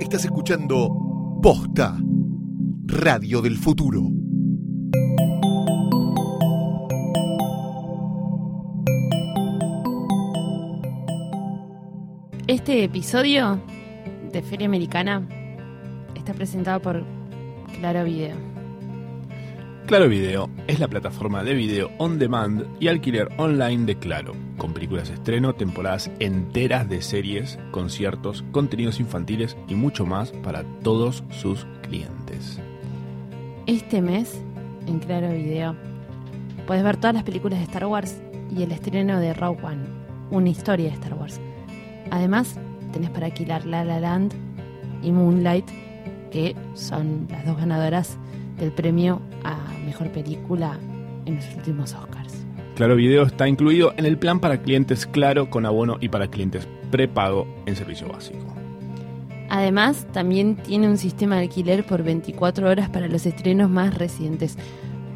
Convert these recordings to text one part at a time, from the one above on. Estás escuchando Posta, Radio del Futuro. Este episodio de Feria Americana está presentado por Claro Video. Claro Video es la plataforma de video on demand y alquiler online de Claro, con películas de estreno, temporadas enteras de series, conciertos, contenidos infantiles y mucho más para todos sus clientes. Este mes, en Claro Video, puedes ver todas las películas de Star Wars y el estreno de Rogue One, una historia de Star Wars. Además, tenés para alquilar La La Land y Moonlight, que son las dos ganadoras del premio a mejor película en los últimos Oscars. Claro Video está incluido en el plan para clientes Claro con abono y para clientes prepago en servicio básico. Además, también tiene un sistema de alquiler por 24 horas para los estrenos más recientes.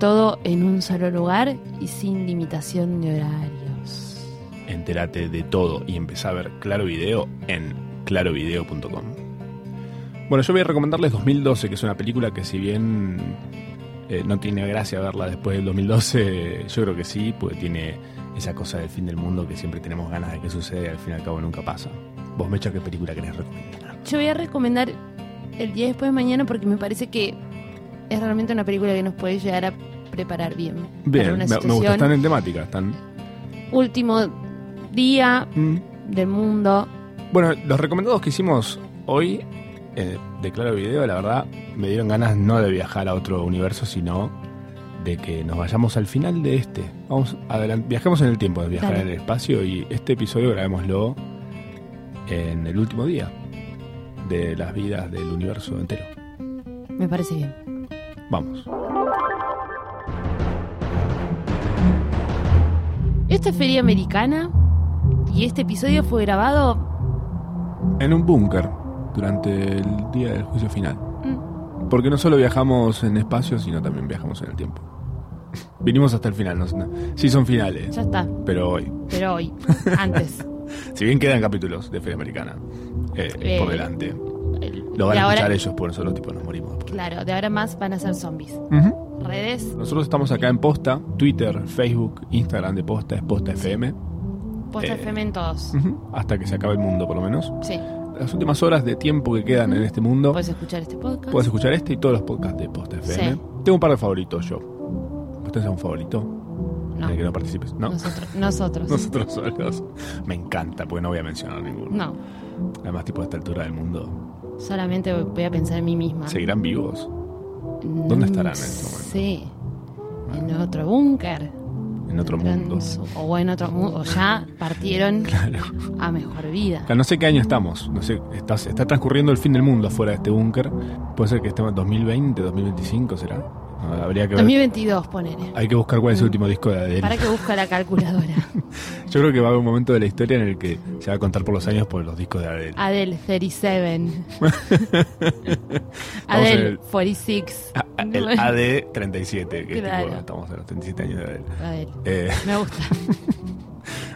Todo en un solo lugar y sin limitación de horarios. Entérate de todo y empezá a ver Claro Video en clarovideo.com. Bueno, yo voy a recomendarles 2012, que es una película que si bien eh, no tiene gracia verla después del 2012, yo creo que sí, porque tiene esa cosa del fin del mundo que siempre tenemos ganas de que suceda y al fin y al cabo nunca pasa. Vos, Mecha, ¿qué película querés recomendar? Yo voy a recomendar el día después de mañana porque me parece que es realmente una película que nos puede llegar a preparar bien. para Bien, una me, me gusta, situación. están en temática, están... Último día Mm. del mundo. Bueno, los recomendados que hicimos hoy eh, de Claro Video, la verdad, me dieron ganas no de viajar a otro universo, sino de que nos vayamos al final de este. Vamos adelante, viajemos en el tiempo, viajar Dale. en el espacio y este episodio grabémoslo en el último día de las vidas del universo entero. Me parece bien. Vamos. Esta es Feria Americana y este episodio fue grabado En un búnker durante el día del juicio final. Mm. Porque no solo viajamos en espacio, sino también viajamos en el tiempo. Vinimos hasta el final, no, no- sí son finales. ya está, pero hoy. pero hoy, antes. Si bien quedan capítulos de Feria Americana eh, Eh, por delante, El- lo van de a ahora- escuchar ellos porque nosotros tipo, nos morimos. después. Claro, de ahora más van a ser zombies. Ujú. Redes, Nosotros estamos acá en Posta, Twitter, Facebook, Instagram de Posta, es Posta FM, posta Eh. FM en todos. Ujú. hasta que se acabe el mundo por lo menos. Sí, Las últimas horas de tiempo que quedan en este mundo, puedes escuchar este podcast. puedes escuchar este y todos los podcasts de Posta FM. Sí. Tengo un par de favoritos yo. ¿Vos tenés un favorito? no, En el que no participes. eh, No, nosotros. Nosotros. nosotros solos. Me encanta, porque no voy a mencionar ninguno. No, Además, tipo a esta altura del mundo, solamente voy a pensar en mí misma. ¿seguirán vivos? No ¿Dónde estarán en este momento? Ah. Sí, en otro búnker. En otro mundo. O en otro mundo. O ya partieron Claro. a mejor vida. Claro, No sé qué año estamos. No sé, está, está transcurriendo el fin del mundo afuera de este búnker. Puede ser que estemos en 2020, 2025, ¿será? Ah, Habría que ver. 2022, ponele. Hay que buscar cuál es el último disco de Adele. Para que busca la calculadora. Yo creo que va a haber un momento de la historia en el que se va a contar por los años por los discos de Adele. Adele 37. en Adele el- 46. Ah, ah, El Bueno, AD37, que es Claro. tipo, estamos en los 37 años de Adele. Adele. Eh, Me gusta.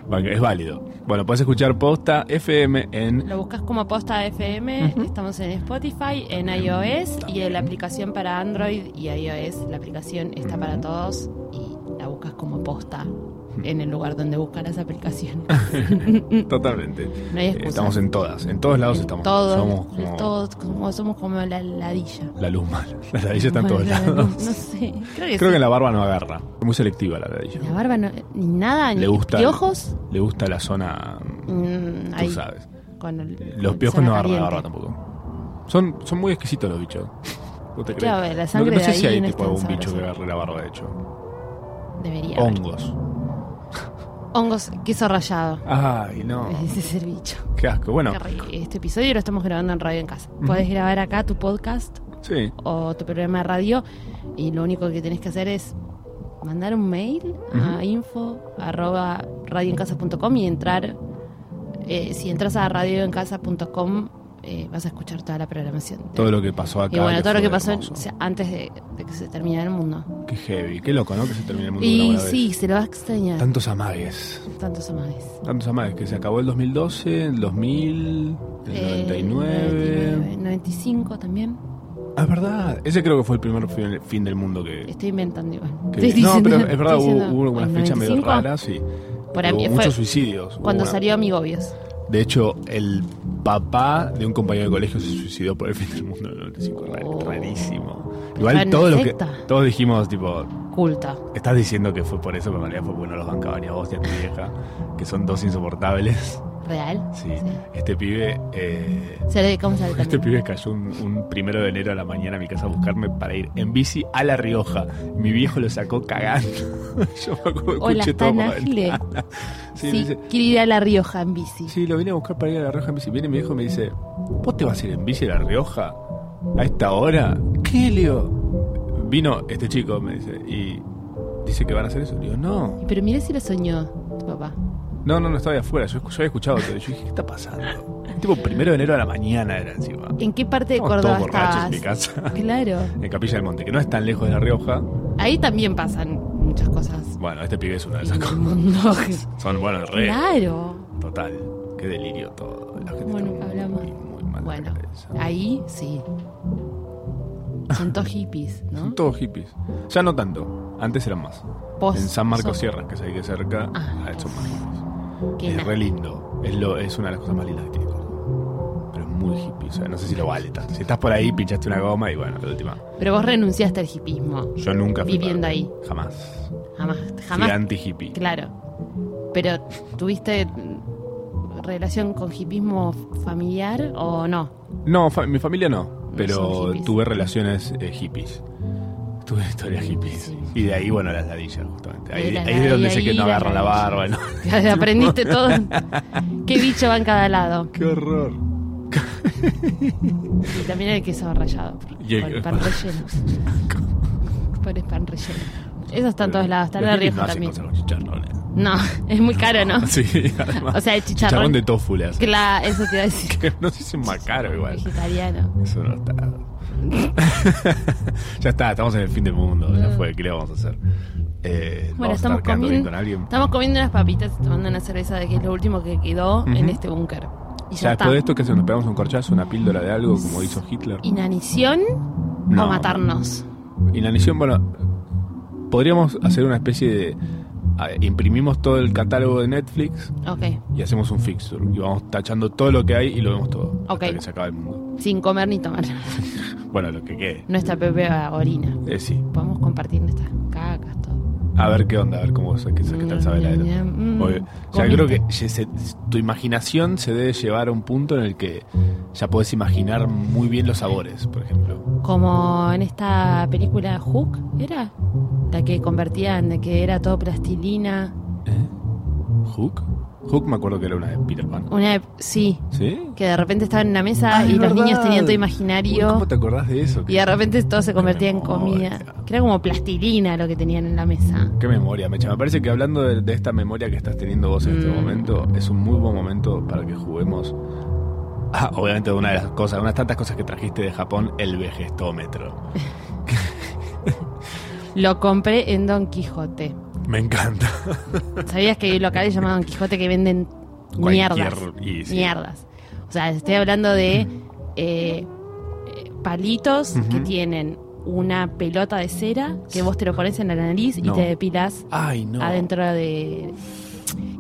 bueno, es válido. Bueno, puedes escuchar Posta FM en Lo buscas como Posta FM. Estamos en Spotify, en iOS y en la aplicación para Android y iOS. La aplicación está para todos y la buscas como Posta en el lugar donde buscas las aplicaciones. totalmente. Eh, No hay Mm. excusas. estamos en todas, en todos lados En estamos. Todos, Somos como todos como- somos como la heladilla. la luz mala. La ladilla está en todos La- lados. No sé. Creo que, sí. Creo que en la barba no agarra. Es muy selectiva la ladilla. La barba no- ni nada, ni Le gusta. piojos. Le gusta la zona. mm, Mm, Tú ahí, sabes. con el- Los con piojos zona no agarran la barba caliente. tampoco. Son, son muy exquisitos los bichos. ¿Vos te crees? Claro, la No- sangre no, de sé si ahí hay no es tipo tan algún bicho sabrosa. que agarre la barba, de hecho. Debería. haber. Hongos. Hongos, queso rallado. Ay, no. Ese es el bicho. Qué asco. Bueno, Qué rico. Este episodio lo estamos grabando en radio en casa. Podés grabar acá tu podcast sí. o tu programa de radio y lo único que tenés que hacer es mandar un mail a info arroba radioencasa.com y entrar. eh, si entras a radioencasa.com eh, vas a escuchar toda la programación. Todo lo que pasó acá. y bueno, todo lo fue que pasó hermoso. o sea, antes de, de que se terminara el mundo. Qué heavy, qué loco, ¿no? Que se termine el mundo. de una Y buena vez. sí, se lo va a extrañar Tantos amagues. tantos amagues. Tantos amagues que se acabó el 2012, el 2000, el Eh, 99. 99, 95 también. Ah, es verdad. Ese creo que fue el primer fin, fin del mundo que. Estoy inventando igual. que Estoy vi. no, diciendo- pero es estoy verdad, hubo, diciendo, hubo algunas en fechas medio 95, raras y Para mí hubo fue muchos suicidios. Hubo cuando una- salió Amigobios. De hecho, el papá de un compañero de colegio se suicidó por el fin del mundo en el 95. Ra- Oh. Rarísimo. estaba Igual en todos una los que, secta. todos dijimos, tipo, Culta. estás diciendo que fue por eso, pero en realidad fue porque no los bancaba ni a vos ni a tu vieja, que son dos insoportables. Real. Sí. Este pibe, eh, Se le ¿Cómo sale este también? pibe cayó un, un primero de enero a la mañana a mi casa a buscarme para ir en bici a La Rioja. Mi viejo lo sacó cagando. Yo me acuerdo que Hola, escuché todo por la Tanajle. ventana. Sí, Sí, me dice, quiere ir a La Rioja en bici. Sí, lo vine a buscar para ir a La Rioja en bici. Viene mi viejo y me dice, ¿vos te vas a ir en bici a La Rioja? ¿A esta hora? ¿Qué, Leo? Vino este chico, me dice, y dice que van a hacer eso. Le digo, no, Pero mira si lo soñó tu papá. no, no, no estaba ahí afuera. Yo, yo había escuchado todo. Yo dije, ¿qué está pasando? Tipo, primero de enero a la mañana era encima. ¿En qué parte de Estamos Córdoba todos borrachos en mi estabas? casa. Claro. En Capilla del Monte, que no es tan lejos de La Rioja. Ahí también pasan muchas cosas. Bueno, este pibe es una de esas en el cosas. mundo. Son, bueno, re. claro. Total. Qué delirio todo. La gente Bueno, está muy, hablamos. muy mal de la Bueno, Ah. cabeza. ahí sí. Son todos hippies, ¿no? Son todos hippies. Ya no tanto. Antes eran más. Pos- en San Marcos son- Sierra, que es ahí que cerca, Ah. ah, son más hippies. que Es na- re lindo. Es, lo, es una de las cosas más lindas que tiene Córdoba. Pero es muy hippie. O sea, no sé si lo vale tanto. Si estás por ahí, pinchaste una goma y bueno, la última. Pero vos renunciaste al hippismo. Yo nunca fui Viviendo para- ahí. Jamás. Jamás. Fui Jamás. anti-hippie. Claro. Pero tuviste mm, relación con hipismo familiar o no? No, fa- mi familia no, son pero hippies. tuve relaciones eh, hippies. Tuve historias hippies. Sí. Y de ahí, bueno, las ladillas, justamente. Ahí, De la ahí es donde ladilla, sé que ahí no la agarro la ladilla. barba. ¿no? Aprendiste todo. ¿Qué bicho va en cada lado? ¡Qué horror! Y también el queso rallado. Por, Y el- por el pan relleno. por el pan relleno. Eso está en todos lados. Está en Los la hippies Rioja no hacen también. cosas con chicharrones. No, es muy caro, ¿no? Sí, además. O sea, el chicharrón, chicharrón. de tofu le hacen. Claro, eso te iba a decir. Que no sé si es más caro igual. Vegetariano. Eso no está. ya está, estamos en el fin del mundo. Ya fue, ¿qué le vamos a hacer? Bueno, Eh, ¿nos vamos a estar estamos quedando bien comiendo, con alguien. estamos comiendo unas papitas y tomando una cerveza de que es lo último que quedó en este búnker. Y Ya ya, después está. de esto, que se nos pegamos un corchazo, una píldora de algo, como hizo Hitler. Inanición No. o matarnos. Inanición, bueno, podríamos hacer una especie de. a- imprimimos todo el catálogo de Netflix Ok. y hacemos un fixture. Y vamos tachando todo lo que hay y lo vemos todo. Ok. Hasta que se acaba el mundo. Sin comer ni tomar. Bueno, lo que quede. Nuestra propia orina. Eh, sí. Podemos compartir nuestras cacas, todo. A ver qué onda, a ver cómo qué, qué tal sabe la de Mm, Porque, o sea, comiste. creo que ya se- tu imaginación se debe llevar a un punto en el que ya podés imaginar muy bien los sabores, por ejemplo. Como en esta película Hook, ¿era? La que convertían, de que era todo plastilina. ¿Hook? Hook me acuerdo que era una de Peter Pan. Una de- sí, ¿Sí? que de repente estaban en una mesa Ah, es y los verdad. niños tenían todo Uy, imaginario ¿Cómo te acordás de eso? y de repente todo se convertía en memoria. comida. Que era como plastilina lo que tenían en la mesa. Qué memoria, Mecha. Me parece que hablando de, de esta memoria que estás teniendo vos en este Mm. momento, es un muy buen momento para que juguemos. Ah, obviamente una de las cosas, unas tantas cosas que trajiste de Japón, el vegestómetro. Lo compré en Don Quijote. Me encanta. ¿Sabías que hay locales llamados Don Quijote que venden Cualquier- mierdas? y sí. Mierdas. O sea, estoy hablando de eh, eh, palitos que Ujú. tienen una pelota de cera que vos te lo pones en la nariz No. y te depilas Ay, no. adentro de...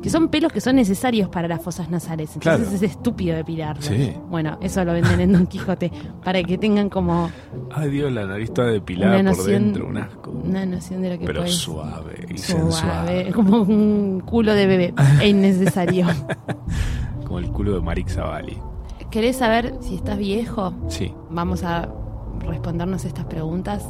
Que son pelos que son necesarios para las fosas nasales. Entonces Claro. es estúpido depilarlos. Sí. Bueno, eso lo venden en Don Quijote para que tengan como Ay, Dios, la nariz está depilada Una por noción- dentro, un asco. una noción de lo que Pero puede ser suave suave, y sensual. como un culo de bebé e innecesario. Como el culo de Marik Zavalli. ¿Querés saber si estás viejo? Sí. Vamos a respondernos estas preguntas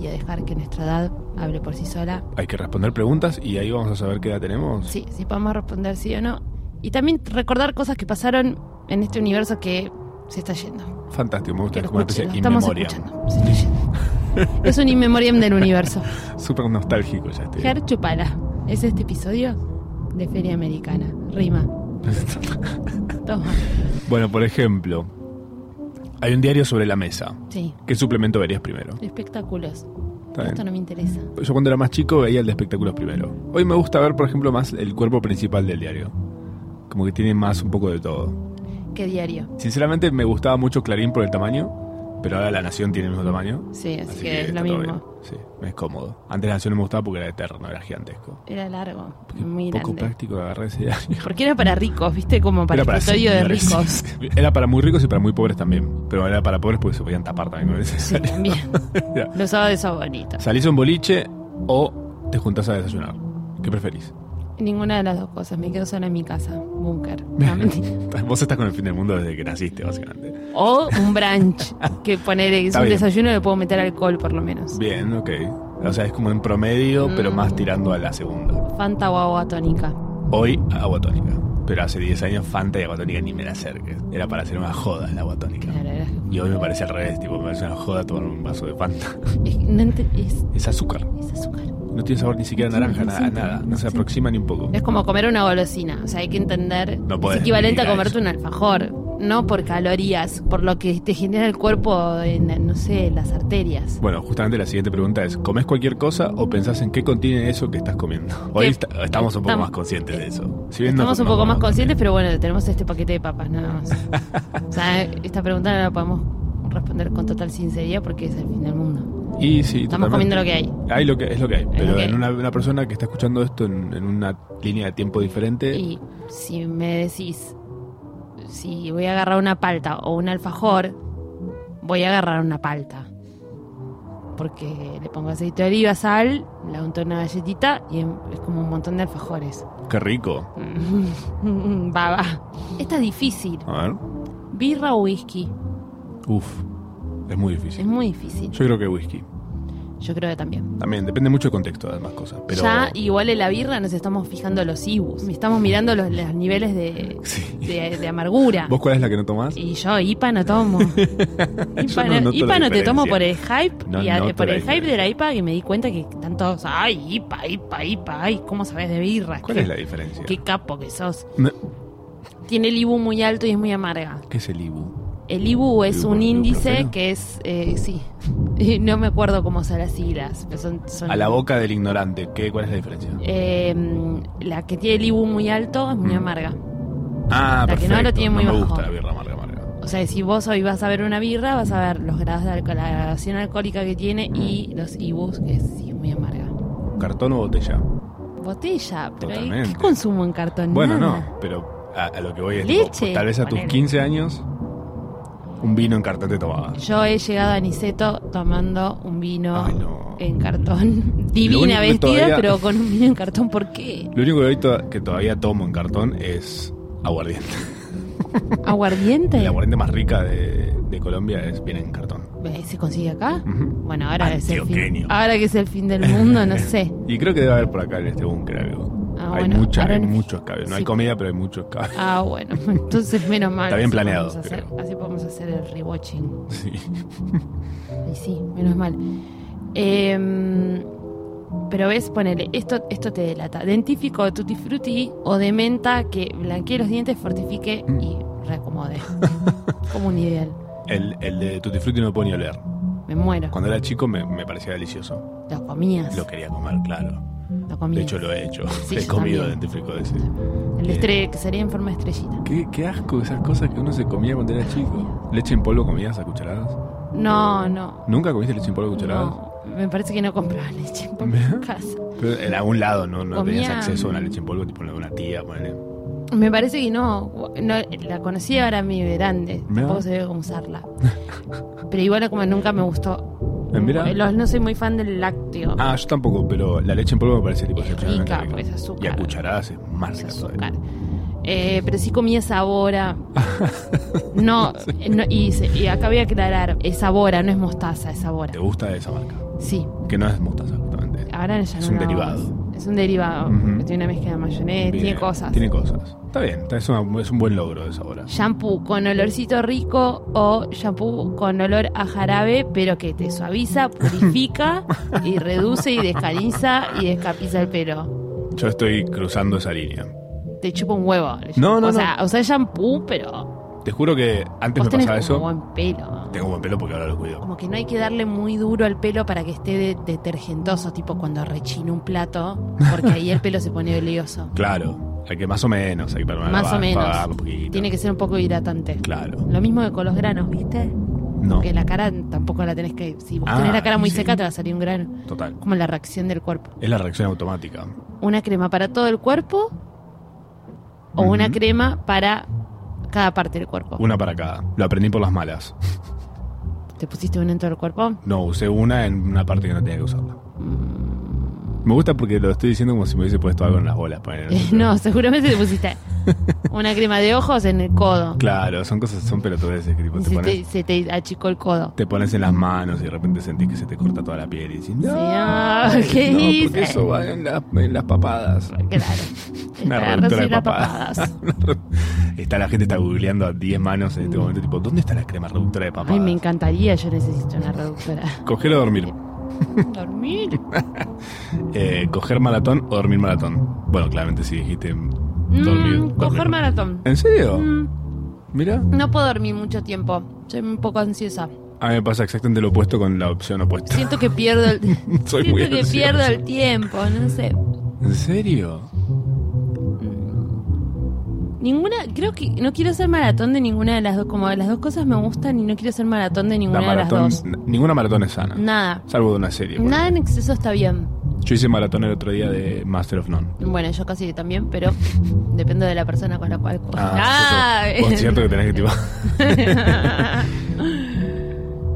y a dejar que nuestra edad hable por sí sola. Hay que responder preguntas y ahí vamos a saber qué edad tenemos. Sí, si podemos responder sí o no. Y también recordar cosas que pasaron en este universo que se está yendo. Fantástico, me gusta. Que Es lo como una escuchen, lo especie de estamos inmemoria. escuchando. Se está yendo. es un inmemoriam del universo. Súper nostálgico ya estoy. Ger Chupala. Es este episodio de Feria Americana. Rima. Toma. Bueno, por ejemplo, Hay un diario sobre la mesa. Sí, ¿Qué suplemento verías primero? espectáculos. Está bien. Esto no me interesa. Yo cuando era más chico veía el de espectáculos primero. Hoy me gusta ver, por ejemplo, más el cuerpo principal del diario. Como que tiene más un poco de todo. ¿Qué diario? Sinceramente me gustaba mucho Clarín por el tamaño, pero ahora La Nación tiene el mismo tamaño. Sí, así, que, es está lo todo mismo. bien. Sí, me es cómodo. Antes La Nación no me gustaba porque era eterno, era gigantesco. Era largo, Qué muy poco grande. práctico agarré ese diario. Porque era para ricos, ¿viste? Como para, Era para estudio de señores. ricos. Era para muy ricos y para muy pobres también. Pero era para pobres porque se podían tapar también con ese Sí, diario. también. Ya. Los sábados son bonitos. ¿Salís a un boliche o te juntás a desayunar? ¿Qué preferís? Ninguna de las dos cosas. Me quedo sola en mi casa. Búnker. No, Ah, mentira. Vos estás con el fin del mundo desde que naciste, básicamente. o un brunch. Que poner es Está un bien. desayuno le puedo meter alcohol por lo menos. Bien, ok. O sea, es como en promedio, pero Mm. más tirando a la segunda. Fanta o agua tónica. Hoy, agua tónica. Pero hace 10 años, Fanta y agua tónica ni me la acerques. Era para hacer una joda el agua tónica. Claro, era- Y hoy me parece al revés, tipo, me parece una joda tomar un vaso de Fanta. es, no ente- es- Es azúcar. es azúcar. No tiene sabor ni siquiera a No tiene naranja, nada, azúcar, nada. no No se sé. aproxima ni un poco. Es como comer una golosina. O sea, hay que entender. No es podés equivalente a criticar comerte un alfajor. No por calorías, por lo que te genera el cuerpo en, no sé, las arterias. Bueno, justamente la siguiente pregunta es, ¿comes cualquier cosa o pensás en qué contiene eso que estás comiendo? Hoy Que- est- estamos un poco Estamos- más conscientes de eso. Si bien no- Estamos un no poco más comemos conscientes, pero bueno, tenemos este paquete de papas nada más. o sea, esta pregunta no la podemos responder con total sinceridad porque es el fin del mundo. también. Y sí, Estamos comiendo totalmente. lo que hay. Hay lo que es lo que hay, pero lo que en hay. una, una persona que está escuchando esto en, en una línea de tiempo diferente, Y si me decís, si voy a agarrar una palta o un alfajor, voy a agarrar una palta. Porque le pongo aceite de oliva, sal, la unto en una galletita y em- es como un montón de alfajores. qué rico. Baba. Esta es difícil. A ver, Birra o whisky. uff, es muy Es difícil. muy difícil. Yo creo que whisky. Yo creo que también. También depende mucho del contexto de las cosas, pero Ya igual en la birra nos estamos fijando los ibus. Estamos mirando los, los niveles de, sí. de- de amargura. ¿Vos cuál es la que no tomás? Y yo IPA no tomo. IPA no no, noto IPA la no te diferencia. tomo por el hype. No y a- noto por la el hype diferencia. de la IPA que me di cuenta que están todos, ay, IPA, IPA, IPA, ay, ¿cómo sabes de birra? ¿Cuál qué, es la diferencia? qué capo que sos. No, Tiene el IBU muy alto y es muy amarga. ¿Qué es el Ibu? El IBU es ¿Ibu- un índice ibuprofeno? que es, eh, sí, no me acuerdo cómo son las siglas. pero son- son- A la boca del ignorante, ¿qué, ¿cuál es la diferencia? Eh, la que tiene el IBU muy alto es muy Mm. amarga. Ah, La que perfecto. no lo tiene muy me bajo. gusta la birra amarga, amarga. O sea, si vos hoy vas a ver una birra, vas a ver los grados de alcohol, la graduación alcohólica que tiene y los ibus, que es, sí, es muy amarga. ¿Cartón o botella? Botella, pero ¿y Totalmente. ¿qué consumo en cartón? Bueno, Nada. no, pero a, a lo que voy es Leche, tipo, tal vez a tus ponele. 15 años un vino en cartón te tomabas. Yo he llegado a Niceto tomando un vino Ay, no. en cartón. Lo único Divina que vestida, todavía- pero con un vino en cartón, ¿por qué? Lo único que, hoy to- que todavía tomo en cartón es aguardiente. ¿Aguardiente? La aguardiente más rica de, de Colombia es viene en cartón. Eh, ¿Se consigue acá? Ujú. Bueno, ahora es el fin. Antioqueño. Ahora que es el fin del mundo, no sé. Y creo que debe haber por acá en este búnker algo. Ah, hay bueno, mucha, ahora hay en- mucho escabio. No hay sí. comida, pero hay mucho escabio. Ah, bueno, entonces menos mal. Está bien Así planeado, podemos hacer- creo. así podemos hacer el rewatching. Sí. Y sí, menos mal. Em, pero ves, ponele, esto, esto te delata. Dentífico de tutti frutti o de menta que blanquee los dientes, fortifique Mm. y reacomode. Como un ideal. El, el de Tutti Frutti no me ponía a leer. Me muero. Cuando era chico me, me parecía delicioso. Lo comías. Lo quería comer, claro. Lo comías. De hecho, lo he hecho. Sí, he yo comido también. dentífrico de ese. El estre que sería en forma de estrellita. Qué, qué asco esas cosas que uno se comía cuando era chico. ¿Leche en polvo comías a cucharadas? No, no. ¿Nunca comiste leche en polvo a cucharadas? no. Me parece que no compraba leche en mi casa. Pero en algún lado no, no tenías Comía- acceso a una leche en polvo, tipo en alguna tía, ponele. Me parece que no. no, la conocí ahora mi grande. Mirá. Tampoco se debe usarla. Pero igual como nunca me gustó. Eh, mirá. Los- no soy muy fan del lácteo. Ah, yo tampoco, pero la leche en polvo me parece tipo Es excepcionalmente rica, pues, azúcar. Y a cucharadas es más Es rica azúcar. todavía. Eh, pero sí comía sabora. No, eh, no, y, se- y acá voy a aclarar, es sabora, no es mostaza, es sabora. ¿Te gusta de esa marca? Sí, Que no es mostaza, justamente. ahora ya Es no un la hago derivado. más. Es un derivado, Ujú. que tiene una mezcla de mayonesa, Bien, eh, tiene cosas. Tiene cosas. Está bien, está- es, una- es un buen logro de esa hora. shampoo con olorcito rico o shampoo con olor a jarabe, pero que te suaviza, purifica y reduce y descaniza y descapiza el pelo. Yo estoy cruzando esa línea. Te chupa un huevo. le No, llamo. no, o no. sea, o sea, shampoo, pero Te juro que antes Vos me tenés pasaba como eso. buen pelo. Tengo buen pelo porque ahora lo cuido. Como que no hay que darle muy duro al pelo para que esté de- detergentoso, tipo cuando rechina un plato, porque ahí el pelo se pone oleoso. Claro, hay que más o menos, hay que para- Más o para- menos. para- un poquito. Tiene que ser un poco hidratante. Claro. Lo mismo que con los granos, ¿viste? No, Que la cara tampoco la tenés que. Si vos Ah, tenés la cara muy sí. seca, te va a salir un grano. total. Como la reacción del cuerpo. Es la reacción automática. ¿Una crema para todo el cuerpo o Ujú. una crema para cada parte del cuerpo? Una para cada. Lo aprendí por las malas. ¿Te pusiste una en todo el cuerpo? No, usé una en una parte que no tenía que usarla. Mm. Me gusta porque lo estoy diciendo como si me hubiese puesto algo en las bolas. ponele, Eh, Pero- No, seguramente te pusiste una crema de ojos en el codo. Claro, son cosas, son pelotudeces que tipo, te Se te, pones, se te achicó el codo. te pones en las manos y de repente sentís que se te corta toda la piel y decís, no, ah, ¿qué no, hice?" porque eso va en, la- en las papadas. Claro. Una Te reductora de recién las papadas. papadas. Está la gente está googleando a 10 manos en este momento, tipo, ¿dónde está la crema reductora de papadas? Mm. Ay, me encantaría, yo necesito una reductora. Coger o dormir. ¿Dormir? Eh, coger maratón o dormir maratón. Bueno, claramente si dijiste Mm, dormir. dormir. coger maratón. ¿En serio? Mm, Mira, no puedo dormir mucho tiempo. Soy un poco ansiosa. a mí me pasa exactamente lo opuesto con la opción opuesta. Siento que pierdo el, Soy siento muy que ansioso. pierdo el tiempo, no sé. ¿En serio? Ninguna, creo que no quiero hacer maratón de ninguna de las dos, como las dos cosas me gustan y no quiero hacer maratón de La ninguna de las maratón, dos. n- ninguna maratón es sana. Nada. Salvo de una serie. por Nada en exceso está bien. ejemplo. Yo hice maratón el otro día de Master of None. Bueno, yo casi que también, pero depende de la persona con la cual. Ah, eso es un concierto que tenés que tipo,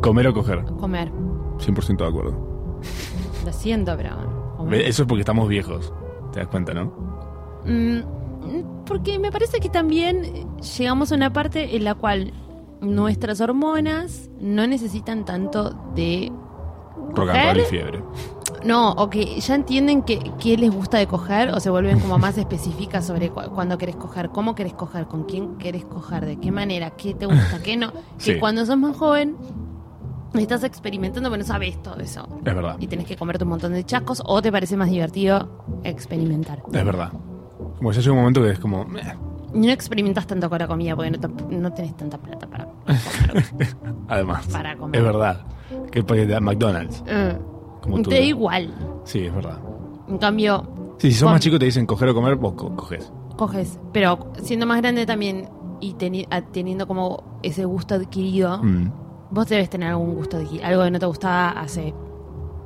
comer o coger. comer. 100% de acuerdo. Lo siento, pero. comer. Ve, Eso es porque estamos viejos. Te das cuenta, ¿no? Mm, Porque me parece que también eh, llegamos a una parte en la cual nuestras hormonas no necesitan tanto de Rock and roll y coger. fiebre. No, o que ya entienden que, qué les gusta de coger o se vuelven como más específicas sobre cu- cuándo querés coger, cómo querés coger, con quién querés coger, de qué manera, qué te gusta, qué no. Sí. Que cuando sos más joven estás experimentando, pero no sabes todo eso. Es verdad. Y tenés que comerte un montón de chascos o te parece más divertido experimentar. Es verdad. Como ya llega un momento que es como. "Meh". Y no experimentas tanto con la comida porque no, te- no tenés tanta plata para, Además. para comer. Es verdad. Que pa- de McDonald's. Eh, Como tú. te da igual. Sí, es verdad. En cambio, Sí, si sos Con- más chico te dicen coger o comer, vos co- coges. coges. Pero siendo más grande también y teni- a- teniendo como ese gusto adquirido, Mm. vos debes tener algún gusto adquirido. Algo que no te gustaba hace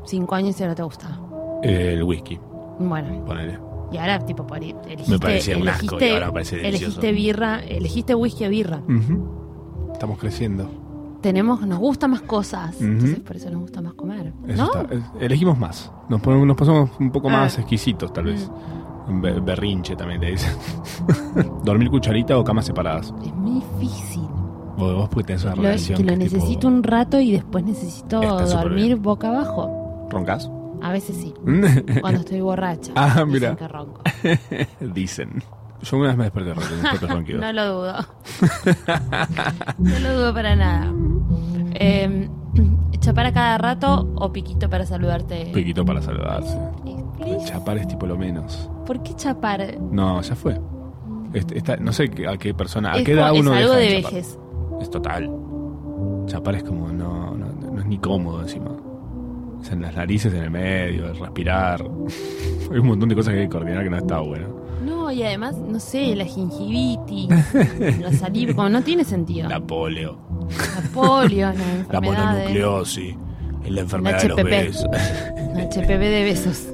cinco años y ahora te gusta. El whisky, Bueno, ponele. y ahora tipo por ahí, elegiste, Me parecía un asco y elegiste, ahora me parece delicioso. elegiste birra, elegiste whisky a birra. Ujú. Estamos creciendo. Tenemos, nos gustan más cosas, Ujú. entonces por eso nos gusta más comer, Eso ¿no? está. Eh, Elegimos más. Nos, ponemos, nos pasamos un poco Ah. Mm. más exquisitos, tal vez. Be- berrinche también te dicen. Dormir cucharita o camas separadas. Es muy difícil. Vos, vos porque tenés una Lo, relación. que lo que es tipo, Este necesito un rato y después necesito Está súper dormir bien. boca abajo. ¿Roncas? A veces sí, cuando estoy borracha. Ah, dicen mira. que ronco. dicen. Yo una vez me desperté ronco, mis propios ronquidos. No lo dudo. no lo dudo para nada. Eh, chapar a cada rato o piquito para saludarte. Piquito para saludarse. El Please, chapar es tipo lo menos. ¿Por qué chapar? No, ya fue. Este- esta- no sé a qué persona, a es, Ah, qué co- edad es uno algo deja de chapar. vejez. Es total. Chapar es como, no, no, no es ni cómodo encima. O sea, en las narices, en el medio, el respirar. Hay un montón de cosas que hay que coordinar que no está bueno. No, y además, no sé, la gingivitis, la saliva, como no tiene sentido. La polio, La polio, las la enfermedades. mononucleosis, la enfermedad de los HPP. bebés. HPV de besos.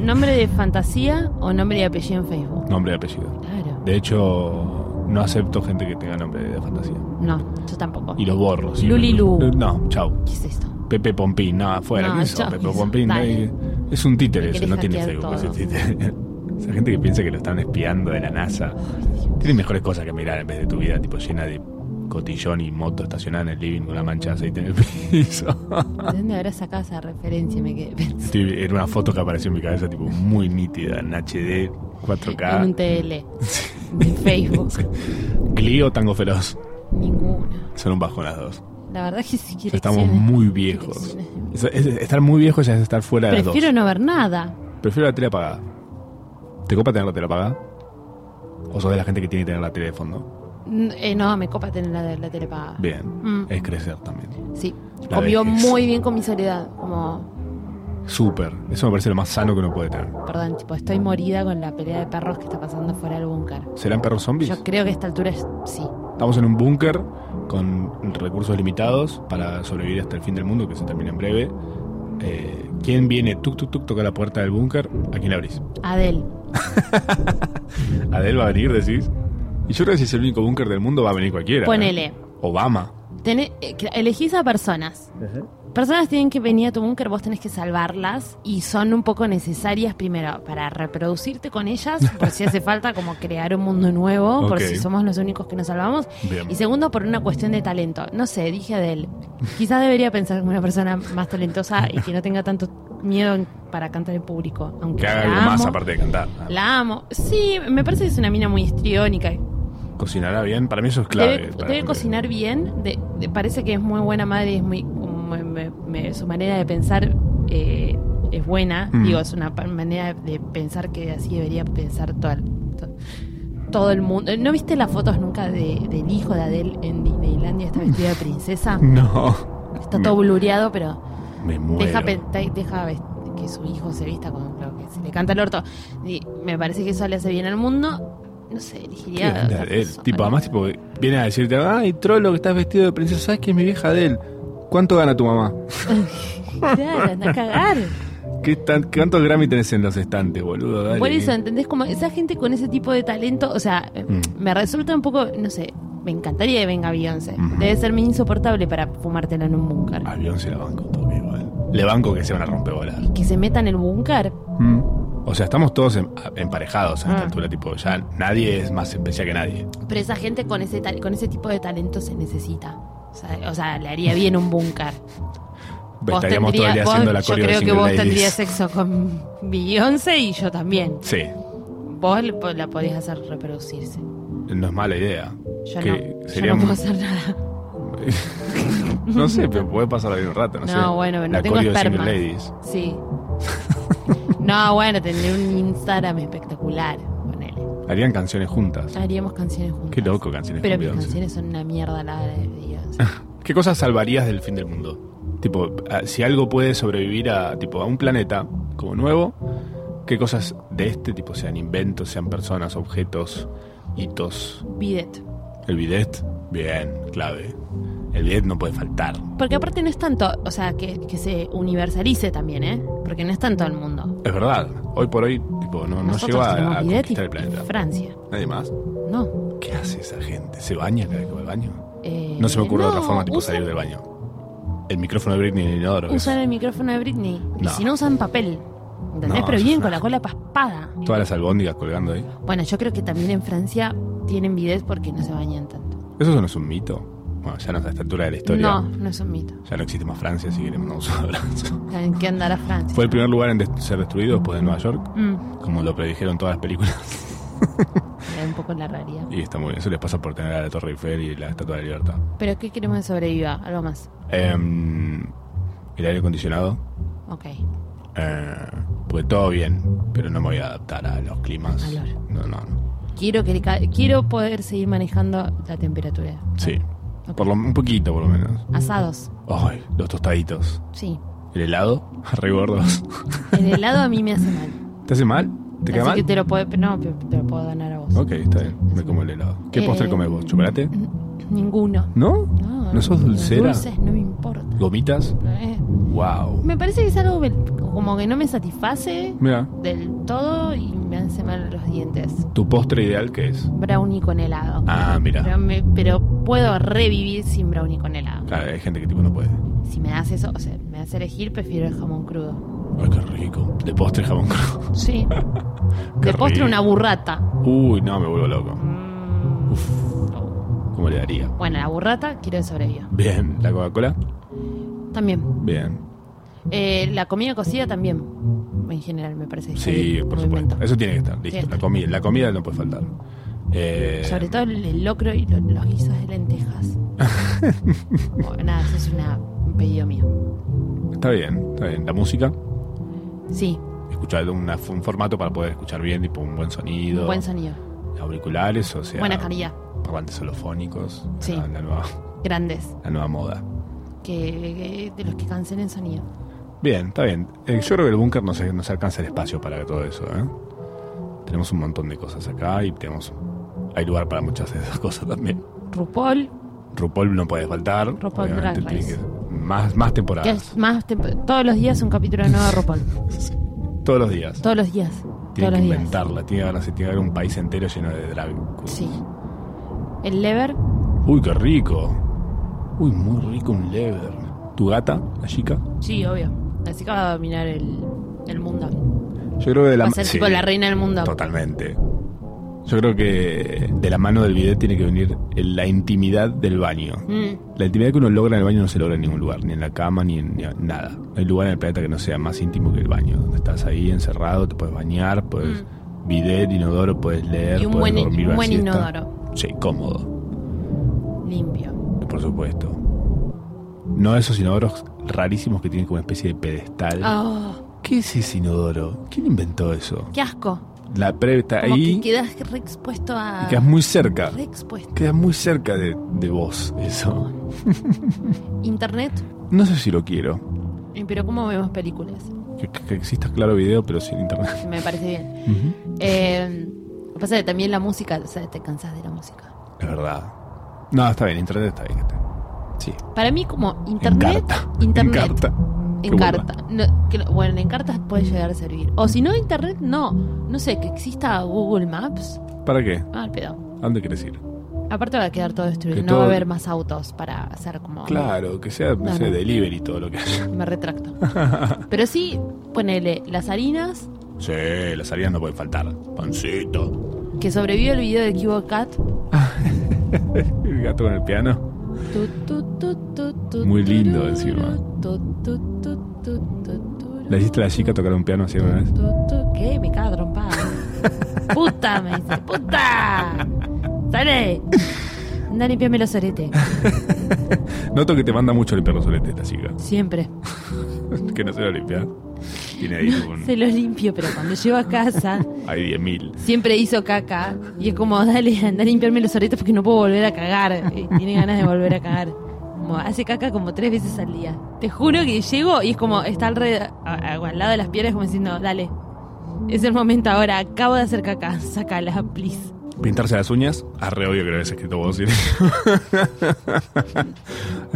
nombre de fantasía o nombre y apellido en Facebook. Nombre y apellido. Claro. De hecho, no acepto gente que tenga nombre de fantasía. No, yo tampoco. Y los borros. Luli Lu. No, chau. ¿Qué es esto? Pepe Pompín, no, afuera, No, ¿qué hizo? chau, Pepe ¿qué hizo? Pompín, no hay- es un títere Me eso, querés no tiene hackear Facebook. ese todo. títere. Esa gente que piensa que lo están espiando de la NASA. Tienen mejores cosas que mirar en vez de tu vida, tipo llena de cotillón y moto estacionada en el living con una mancha de aceite en el piso. ¿De dónde habrás sacado esa referencia? Me quedé pensando. Estoy- era una foto que apareció en mi cabeza, tipo muy nítida, en HD, En un 4K. TL. De Facebook. Glee o Tango Feroz. Ninguna. Son un bajo las dos. La verdad que sí Ya quiero. estamos muy viejos. Eso- es- estar muy viejo ya es estar fuera de las dos. Prefiero no ver nada. Prefiero la tele apagada. ¿Te copa tener la tele apagada? ¿O sos de la gente que tiene que tener la tele de fondo? N- eh, no, me copa tener la, la tele pagada. Bien, Mm, es crecer también. sí, La convivo vejez. muy bien con mi soledad. Como, Súper. Eso me parece lo más sano que uno puede tener. perdón, tipo, estoy morida con la pelea de perros que está pasando fuera del búnker. ¿Serán perros zombies? Yo creo que a esta altura es, sí. Estamos en un búnker con recursos limitados para sobrevivir hasta el fin del mundo, que se termina en breve. Eh, ¿Quién viene? Tuk, tuk, tuk, toca la puerta del búnker. ¿A quién la abrís? Adel, ¿Adel va a venir, decís? Y yo creo que si es el único búnker del mundo, va a venir cualquiera. ¿eh? ponele. Obama. Tené- eh, que- elegís a personas. Personas tienen que venir a tu búnker, vos tenés que salvarlas y son un poco necesarias primero para reproducirte con ellas, por si hace falta como crear un mundo nuevo, por Ok. si somos los únicos que nos salvamos. Bien. Y segundo, por una cuestión de talento. No sé, dije de él. Quizás debería pensar como una persona más talentosa y que no tenga tanto miedo en- para cantar en público. Aunque Que haga la algo más amo, aparte de cantar. La amo. Sí, me parece que es una mina muy histriónica. ¿Cocinará bien? Para mí eso es clave. Debe, para- debe cocinar bien. de- de- parece que es muy buena madre y es muy. me- me- me- su manera de pensar eh, es buena. Mm. Digo, es una pa- manera de pensar que así debería pensar todo el, to- todo el mundo. ¿No viste las fotos nunca de- del hijo de Adele en Disneylandia? Está vestida de princesa. Mm. No. Está todo blureado, pero Me muero. deja, pe- te- deja ves- que su hijo se vista con lo que se le canta el orto. Y me parece que eso le hace bien al mundo. No sé, Qué elegiría. linda otra Adele. persona. Tipo, además, tipo, viene a decirte, ay, trolo, que estás vestido de princesa, ¿sabes que es mi vieja Adel? ¿Cuánto gana tu mamá? Claro, anda a cagar. ¿Qué tan, ¿Cuántos Grammy tenés en los estantes, boludo? Dale, Por eso, que- ¿entendés? Como esa gente con ese tipo de talento, o sea, Mm. me resulta un poco, no sé, me encantaría que venga Beyoncé. Ujú. Debe ser insoportable para fumártela en un búnker. Avión se la banco un toque igual. Le banco que se van a rompeolas. Que se meta en el búnker. Mm. O sea, estamos todos en- emparejados a esta Ah. altura, tipo, ya nadie es más especial que nadie. Pero esa gente con ese tal- con ese tipo de talento se necesita. O sea, o sea, le haría bien un búncar. Vos Estaríamos todo el tendrías- día vos- haciendo la Yo coreo de creo que Single vos Ladies. tendrías sexo con Beyoncé y yo también. Sí, Vos le po- la podías hacer reproducirse. no es mala idea. Yo Que no. sería Yo no puedo un- hacer nada. no sé, pero puede pasar ahí un rato, no, No, sé. bueno, pero no la tengo coreo de esperma. Single Ladies. Sí. no, bueno, tendría un Instagram espectacular. Ponele. Harían canciones juntas. Haríamos canciones juntas. Qué loco canciones Pero con mis Beyoncé. canciones son una mierda la de Beyoncé. ¿Qué cosas salvarías del fin del mundo? Tipo, a- si algo puede sobrevivir a, tipo, a un planeta como nuevo, ¿qué cosas de este tipo sean inventos, sean personas, objetos, hitos? Bidet. El bidet, bien, clave. El bidet no puede faltar. Porque aparte no es tanto, o sea, que, que se universalice también, ¿eh? Porque no es tanto el mundo. Es verdad, hoy por hoy tipo, no, no Nosotros lleva a, tenemos a bidet y, conquistar el y planeta. Francia. Nadie más. No. ¿Qué hace esa gente? ¿Se baña cada vez que va al baño? eh, No se me ocurre no, otra forma tipo usan- salir del baño. El micrófono de Britney en el inodoro. que es- Usan el micrófono de Britney. Y No. si no usan papel. ¿Entendés? No, Pero eso bien, es con una- la cola paspada. Todas las albóndigas colgando ahí. Bueno, yo creo que también en Francia tienen bidet porque no se bañan tanto. ¿Eso no es un mito? Bueno, ya no está a esta altura de la historia. No, no es un mito. Ya no existe más Francia, así que le mandamos un abrazo. ¿En qué andará Francia? Fue el primer lugar en des- ser destruido después de Nueva York, Mm, como lo predijeron todas las películas. era un poco la realidad. Y está muy bien, eso les pasa por tener a la Torre Eiffel y la Estatua de la Libertad. ¿Pero qué queremos de sobreviva? Algo más. Em, el aire acondicionado, Ok. eh, pues todo bien, pero no me voy a adaptar a los climas. Calor. No, no, no. Quiero, que, ca- quiero poder seguir manejando la temperatura. Sí, Ok. por lo, un poquito por lo menos. Asados. Ay, los tostaditos. Sí. El helado, re gordos. El helado a mí me hace mal. ¿Te hace mal? ¿Te queda Así mal? que te lo puedo, no, pe- te lo puedo donar a vos. Ok, está bien, Así me como el helado. ¿Qué Eh, postre comes vos? ¿Chocolate? Ninguno. ¿No? No, ¿No sos los dulcera? Dulces no me importa. ¿Gomitas? Eh, Wow. me parece que es algo que- como que no me satisface Mira, del todo y me hace mal los dientes. tu postre ideal qué es? Brownie con helado. Ah, mira. Pero, me- pero puedo revivir sin brownie con helado. Claro, hay gente que tipo no puede. Si me das eso, o sea, me das elegir, prefiero el jamón crudo. Ay, qué rico. De postre jamón crudo. Sí. Qué De postre rico. una burrata. Uy, no, me vuelvo loco. Mm. ¿Cómo le daría? Bueno, la burrata quiero sobrevivir. Bien, la Coca-Cola. También. Bien. Eh, la comida cocida también. En general me parece. que Sí, es un por supuesto. movimiento. Eso tiene que estar. Sí. Listo. La comida, la comida no puede faltar. Eh, Sobre todo el, el locro y lo- los guisos de lentejas. Bueno, nada, eso es una- un pedido mío. Está bien, está bien. La música, Sí, escuchar una- un formato para poder escuchar bien, tipo un buen sonido. buen sonido. Auriculares, o sea. Buena calidad. parlantes holofónicos. Sí. La, la nueva, Grandes. la nueva moda. Que, que- de los que cancelen sonido. Bien, está bien. Eh, yo creo que el búnker nos, nos alcanza el espacio para todo eso. ¿eh? Tenemos un montón de cosas acá y tenemos hay lugar para muchas de esas cosas también. RuPaul, RuPaul no puede faltar. RuPaul obviamente Drag Race. tiene que- más, más que es temporadas. más tempo- todos los días un capítulo nuevo de RuPaul. Todos los días. Todos los días. Tiene todos que los días. inventarla. Tiene que, haber- tiene que haber un país entero lleno de drag queens. Sí. El lever, Uy, qué rico. Uy, muy rico un lever. ¿Tu gata, la chica? sí, obvio. Así que va a dominar el, el mundo. Yo creo que de la Va a ser sí, tipo la reina del mundo. Totalmente. Yo creo que de la mano del bidet tiene que venir el- la intimidad del baño. Mm, La intimidad que uno logra en el baño no se logra en ningún lugar, ni en la cama, ni en ni en nada. No hay lugar en el planeta que no sea más íntimo que el baño. Donde estás ahí encerrado, te puedes bañar, puedes bidet, inodoro, puedes leer, Mm. Y un puedes buen, dormir un una buen siesta. inodoro. Sí, cómodo. Limpio. Por supuesto. No esos inodoros rarísimos que tienen como una especie de pedestal. Oh, ¿Qué es ese inodoro? ¿Quién inventó eso? qué asco. La previa está Como ahí que quedas re expuesto a. y quedas muy cerca. re expuesto. Quedas muy cerca de, de vos, eso. Internet. No sé si lo quiero. eh, Pero ¿cómo vemos películas? Que, que- que exista claro video, pero sin internet. Me parece bien. Ujú. Eh, lo que pasa es que también la música, o sea, te cansas de la música. Es verdad. No, está bien, internet está bien. está bien. Sí. Para mí como internet, Encarta. internet, Encarta. Qué encarta. No, que no- bueno, en cartas puede llegar a servir. O si no internet, no, no sé, que exista Google Maps. ¿Para qué? Ah, el pedo. ¿A dónde quieres ir? Ah. Aparte va a quedar todo destruido, Que no todo- va a haber más autos para hacer como Claro, que sea, no No, sé, no. delivery todo lo que haya. me retracto. Pero sí, ponele las harinas Sí, las salidas no pueden faltar. Pancito. que sobrevivió el video de Cubo Cat. El gato con el piano. Tu, tu, tu, tu, tu, Muy lindo tururu, encima. tu, tu, tu, tu, tu, tururu. ¿Le hiciste a la chica tocar un piano así una vez? Tú, tú, ¿Qué? Me caga trompada. ¡Puta! Me dice. ¡Puta! ¡Sale! Anda, limpiame los oretes. Noto que te manda mucho limpiar los soletes esta chica. Siempre. Que no se lo limpia. Tiene ahí un... Se los limpio, pero cuando llego a casa, Hay 10.000. siempre hizo caca. Y es como, dale, anda a limpiarme los oretes porque no puedo volver a cagar. Y tiene ganas de volver a cagar. Como, hace caca como tres veces al día. Te juro que llego y es como, está alrededor, a- a- al lado de las piernas, como diciendo, dale. Es el momento ahora, acabo de hacer caca, sacala, please. Pintarse las uñas. Ah, re obvio que lo habías escrito vos. ¿sí? A mí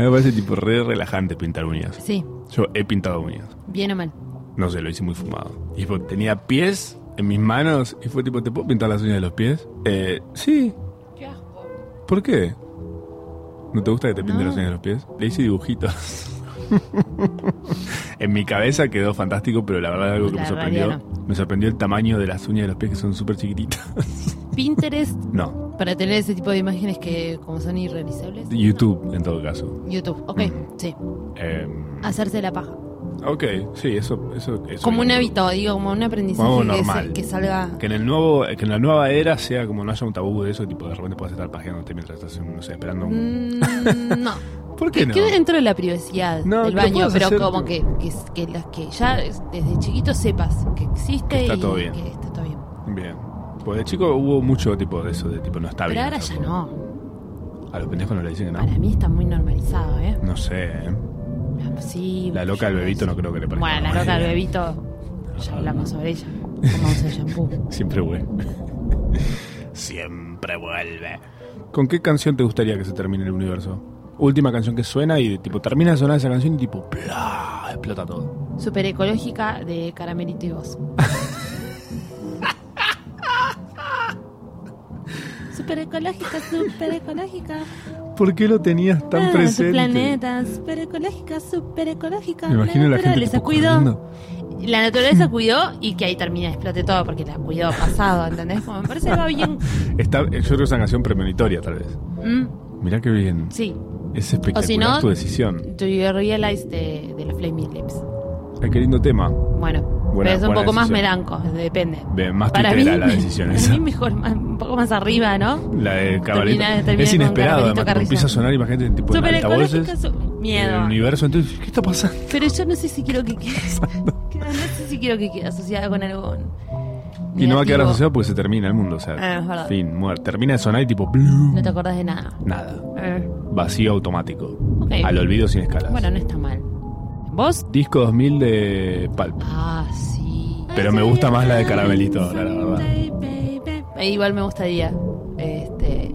me parece tipo re relajante pintar uñas. Sí, Yo he pintado uñas. bien o mal. No sé, lo hice muy fumado. Y tipo, tenía pies en mis manos y fue tipo, ¿te puedo pintar las uñas de los pies? Eh, sí. Qué asco. ¿Por qué? ¿No te gusta que te pinten No. las uñas de los pies? Le hice dibujitos. en mi cabeza quedó fantástico, pero la verdad algo que La me sorprendió. realidad Me sorprendió el tamaño de las uñas de los pies que son súper chiquititas. Pinterest No, para tener ese tipo de imágenes que como son irrealizables. YouTube en todo caso. YouTube, ok, Mm. sí. Eh, Hacerse la paja. ok, sí, eso, eso, eso como un bien. hábito, digo, como un aprendizaje Como que, normal. se- que salga... Que en el nuevo, que en la nueva era sea como no haya un tabú de eso, tipo de repente puedes estar pajeándote mientras estás, no sé, esperando un. Mm, no, ¿Por que qué no? quede dentro de la privacidad No, del que lo baño, puedas pero hacer como tú. que, que, que las que ya es- desde chiquito sepas que existe Que está y todo bien. que está todo bien. Bien. Pues de chico hubo mucho tipo de eso, de tipo no está pero bien. ahora ya hacerlo. no. A los pendejos no le dicen que no. Para mí está muy normalizado, ¿eh? No sé, ¿eh? Sí, La loca del bebito no creo que le parezca. Bueno, la normal. loca del bebito, ya hablamos sobre ella. Cómo usa el shampoo. Siempre vuelve. Siempre vuelve. ¿Con qué canción te gustaría que se termine el universo? Última canción que suena y tipo termina de sonar esa canción y tipo ¡plá! explota todo. Super ecológica de caramelito y vos. super ecológica, super ecológica. ¿Por qué lo tenías tan Nada, presente? su planeta, super ecológica, super ecológica. Me imagino a la gente naturaleza tipo, cuidó. corriendo. La naturaleza cuidó y que ahí termina, explote todo porque la cuidó pasado, ¿entendés? Como me parece que va bien. Está, yo creo que es una canción premonitoria tal vez. Mm, Mirá qué bien. sí, Es espectacular O si no- tu decisión. Do You Realize de, de los Flaming Lips. Ay, qué lindo tema. Bueno, Buena- pero es un buena poco más decisión. melanco, depende. Ve, Más Para mí, tuitera la decisión para esa. mí mejor, más- un poco más arriba, ¿no? La de Cabalito. Termina- termina es con inesperado, Caramelito además, tipo, Carrillo. empieza a sonar, imagínate, tipo en Super altavoces. ecológica, su- en El miedo. universo, entonces, ¿qué está pasando? Pero yo no sé si quiero que quede. que- no sé si quiero que quede asociada con algo Y no va a quedar negativo. asociado porque se termina el mundo. O sea, Ah, es verdad. fin, muerte. Termina de sonar y tipo. blu, No te acordás de nada. Nada. Eh, Vacío automático. ok. Al olvido sin escalas. Bueno, no está mal. ¿Vos? Disco 2000 de Pulp. Ah, sí. Pero me gusta más la de Caramelito, ahora, la verdad. Eh, igual me gustaría. Este.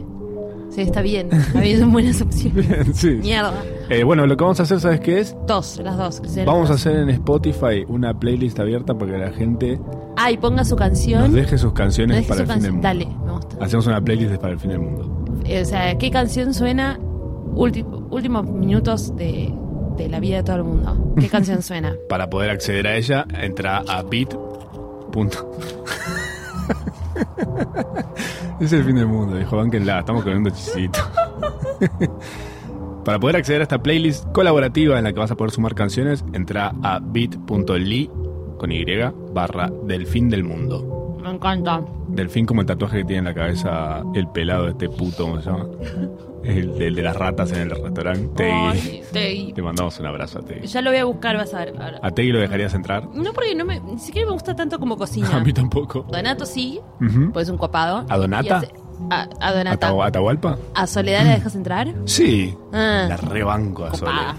Sí, está bien. Ha habido buenas opciones. sí. Mierda. Eh, bueno, lo que vamos a hacer, ¿sabes qué es? Dos, las dos. que sean Vamos a las hacer en Spotify una playlist abierta para que la gente dos. Ah, y ponga su nos canción. deje sus canciones No dejes para su el fin del canción. mundo. Dale, me gusta. Hacemos una playlist de para el fin del mundo. Eh, O sea, ¿qué canción suena ulti- últimos minutos de, de la vida de todo el mundo? ¿Qué canción suena? Para poder acceder a ella, entra a bit. Punto. es el fin del mundo, dijo la Estamos corriendo chisito. Para poder acceder a esta playlist colaborativa en la que vas a poder sumar canciones, entra a bit.ly con Y barra del fin del mundo. Me encanta. Delfín como el tatuaje que tiene en la cabeza el pelado de este puto, ¿cómo se llama? El, el de las ratas en el restaurante. Tegui. Ay, Tegui. Te mandamos un abrazo a Tegui. Ya lo voy a buscar, vas a ver. ahora. ¿A Tegui lo dejarías entrar? No, porque no me, ni siquiera me gusta tanto como A cocina. mí tampoco. Donato sí, Ujú. pues es un copado. ¿A Donata? Y hace- A, a Donata. ¿Atau- ¿Atahualpa? Mm. ¿A Soledad la dejas entrar? Sí. Ah, La rebanco a Sole. copada.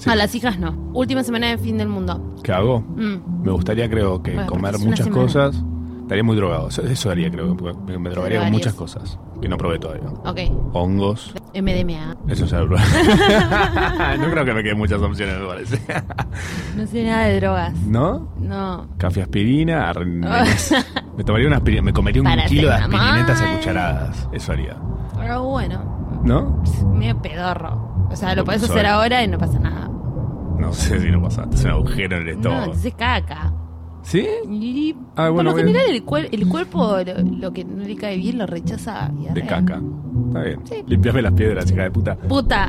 Sí. A las hijas no. Última semana de fin del mundo. ¿Qué hago? Mm. Me gustaría, creo, que Bueno, porque comer es una muchas semana. cosas. Estaría muy drogado. Eso, eso haría, creo. porque Me, me drogaría con drogarías. muchas cosas que no probé todavía. Ok. Hongos. MDMA. Eso es algo. no creo que me queden muchas opciones, me parece. No sé nada de drogas. ¿No? No. Café aspirina, ar- me tomaría una aspirina, me comería un Para kilo de hacer aspirinetas a mamá. cucharadas. Eso haría. Pero bueno, ¿No? pss, medio pedorro. O sea, lo Lo podés que hacer soy. ahora y no pasa nada. No sé si no pasa. Es un agujero en el No, estómago. entonces caca. ¿Sí? Y- Ah, por bueno, lo bien. general, el, cuer- el cuerpo lo, lo que no le cae bien lo rechaza. y De arrea. caca. Está bien. Sí. Limpiame las piedras, hija de puta. Puta.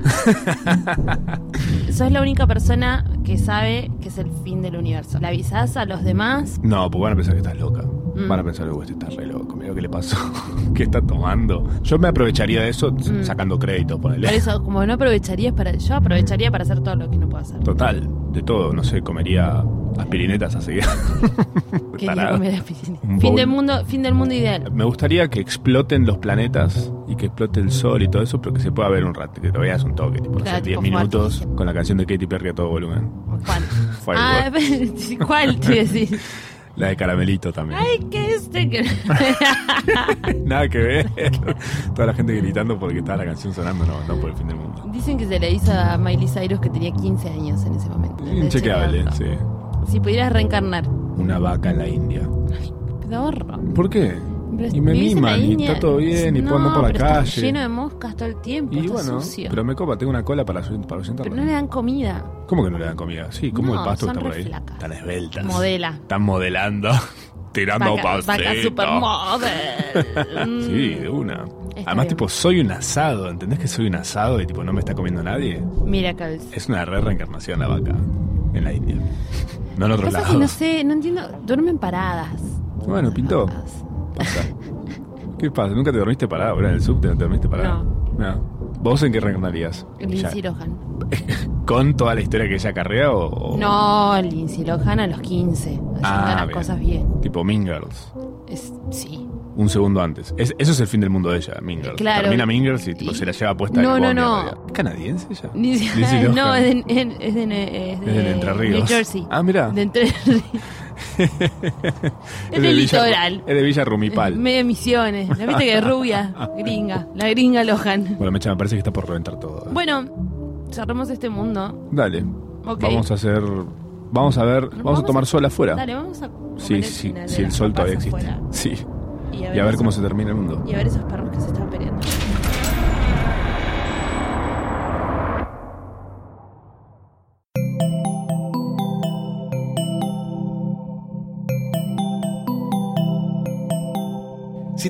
Sos la única persona que sabe que es el fin del universo. La avisás a los demás. No, pues van a pensar que estás loca. Mm. Van a pensar, que este está re loco. Mira lo que le pasó. ¿Qué está tomando? Yo me aprovecharía de eso s- Mm. sacando crédito, Por ponele. eso, como no aprovecharías para. Yo aprovecharía para hacer todo lo que no puedo hacer. Total, de todo. No sé, comería aspirinetas a seguir. Quería Tarado. comer aspirina. Un Fin bowl. del mundo, fin del mundo ideal. Me gustaría que exploten los planetas y que explote el sol y todo eso, pero que se pueda ver un rato, que te veas un toque, tipo, no Claro, sé, tipo 10 minutos fuerte. con la canción de Katy Perry a todo volumen. ¿Cuál? Ah, Firework. ¿cuál te iba a decir? La de Caramelito también. Ay, qué este que. Nada que ver. Toda la gente gritando porque estaba la canción sonando, no, no por el fin del mundo. Dicen que se le hizo a Miley Cyrus que tenía 15 años en ese momento. Mm, Inchequeable, sí. Si pudieras reencarnar. Una vaca en la India. Pedorro. ¿Por qué? Pero Y me vivís en la miman, y India. está todo bien, y puedo andar por la pero está calle. lleno de moscas todo el tiempo, Y está bueno, sucio. pero me copa, tengo una cola para, su- para Pero ausentarla. no le dan comida. ¿Cómo que no le dan comida? Sí, como No, el pasto que son está por re ahí. flacas. Tan esbeltas. Modela. Están modelando. Tirando Vaca, vaca pastitos. supermodel. Mm. Sí, de una. Está Además, bien. tipo, soy un asado, ¿entendés que soy un asado y tipo no me está comiendo nadie? Mm, Miracles. Es una re reencarnación la vaca en la India. No en otros Pasa lados. que no sé, no entiendo. Duermen paradas. Bueno, pintó. Paradas. Pasa. ¿Qué pasa? ¿Nunca te dormiste parada? boludo? en el subte no te dormiste parada? No. No. ¿Vos en qué reencarnarías? Ya. Lindsay Lohan. ¿Con toda la historia que ella acarrea o, o- No, Lindsay Lohan a los 15. Haciendo Oh. Ah, las bien. cosas bien. Tipo Mean Girls. Es, sí. Un segundo antes. Es- eso es el fin del mundo de ella, Mean Girls. Claro. Termina Mean Girls y tipo, Y- se la lleva puesta No, en el no, bondi no. en realidad. ¿Es canadiense ella? Ni si- Lindsay Lohan. no, es de, es- es de- es de Es del Entre Ríos. New Jersey. Ah, mira. De Entre Ríos. es del litoral. Es de Villa Rumipal. Media misiones. La viste que es rubia, gringa. La gringa Lohan. Bueno, Mecha, me parece que está por reventar todo. ¿eh? Bueno, cerremos este mundo. Dale. Ok. Vamos a hacer. Vamos a ver. Vamos, vamos a tomar a- sol afuera. Dale, vamos a. comer sí, el sí, final de si el las sol papas todavía existe. afuera. Sí. Y Y a ver esos- cómo se termina el mundo. Y a ver esos perros que se están peleando. Si